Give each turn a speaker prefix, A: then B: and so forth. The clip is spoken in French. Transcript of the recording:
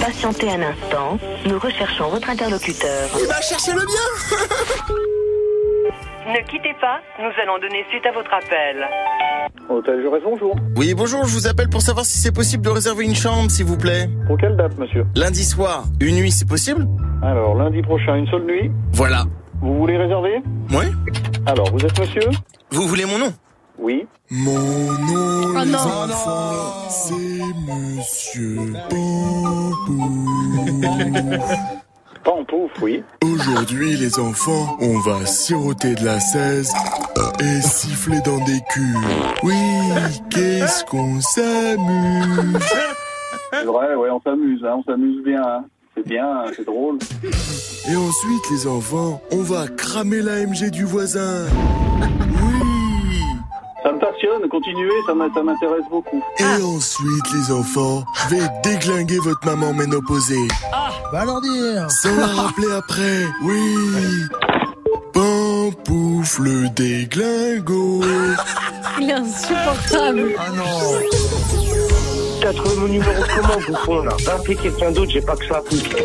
A: Patientez un instant, nous recherchons votre interlocuteur.
B: Eh ben, cherchez le bien
C: Ne quittez pas, nous allons donner suite à votre appel.
D: Hôtel Jaurès, bonjour.
B: Oui, bonjour, je vous appelle pour savoir si c'est possible de réserver une chambre, s'il vous plaît.
D: Pour quelle date, monsieur
B: Lundi soir, une nuit, c'est possible
D: Alors, lundi prochain, une seule nuit.
B: Voilà.
D: Vous voulez réserver
B: Ouais
D: Alors, vous êtes monsieur
B: Vous voulez mon nom
D: Oui.
E: Mon nom,
F: Oh
E: les
F: non.
E: enfants, c'est Monsieur Pompou.
D: Pampouf, oui.
E: Aujourd'hui, les enfants, on va siroter de la 16 et siffler dans des culs. Oui, qu'est-ce qu'on s'amuse.
D: C'est vrai, ouais, on s'amuse, hein, on s'amuse bien. hein. C'est bien, hein, c'est drôle.
E: Et ensuite, les enfants, on va cramer la MG du voisin. Oui.
D: Ça me passionne, continuez, ça m'a- ça m'intéresse beaucoup.
E: Et ensuite, les enfants, je vais déglinguer votre maman ménopausée.
G: Va leur dire.
E: Sans la rappeler après, oui. Pampouf le déglingo.
F: Il est insupportable.
G: Ah non.
H: T'as trouvé mon numéro comment, bouffon, là Rappelez quelqu'un d'autre, j'ai pas que ça à foutre.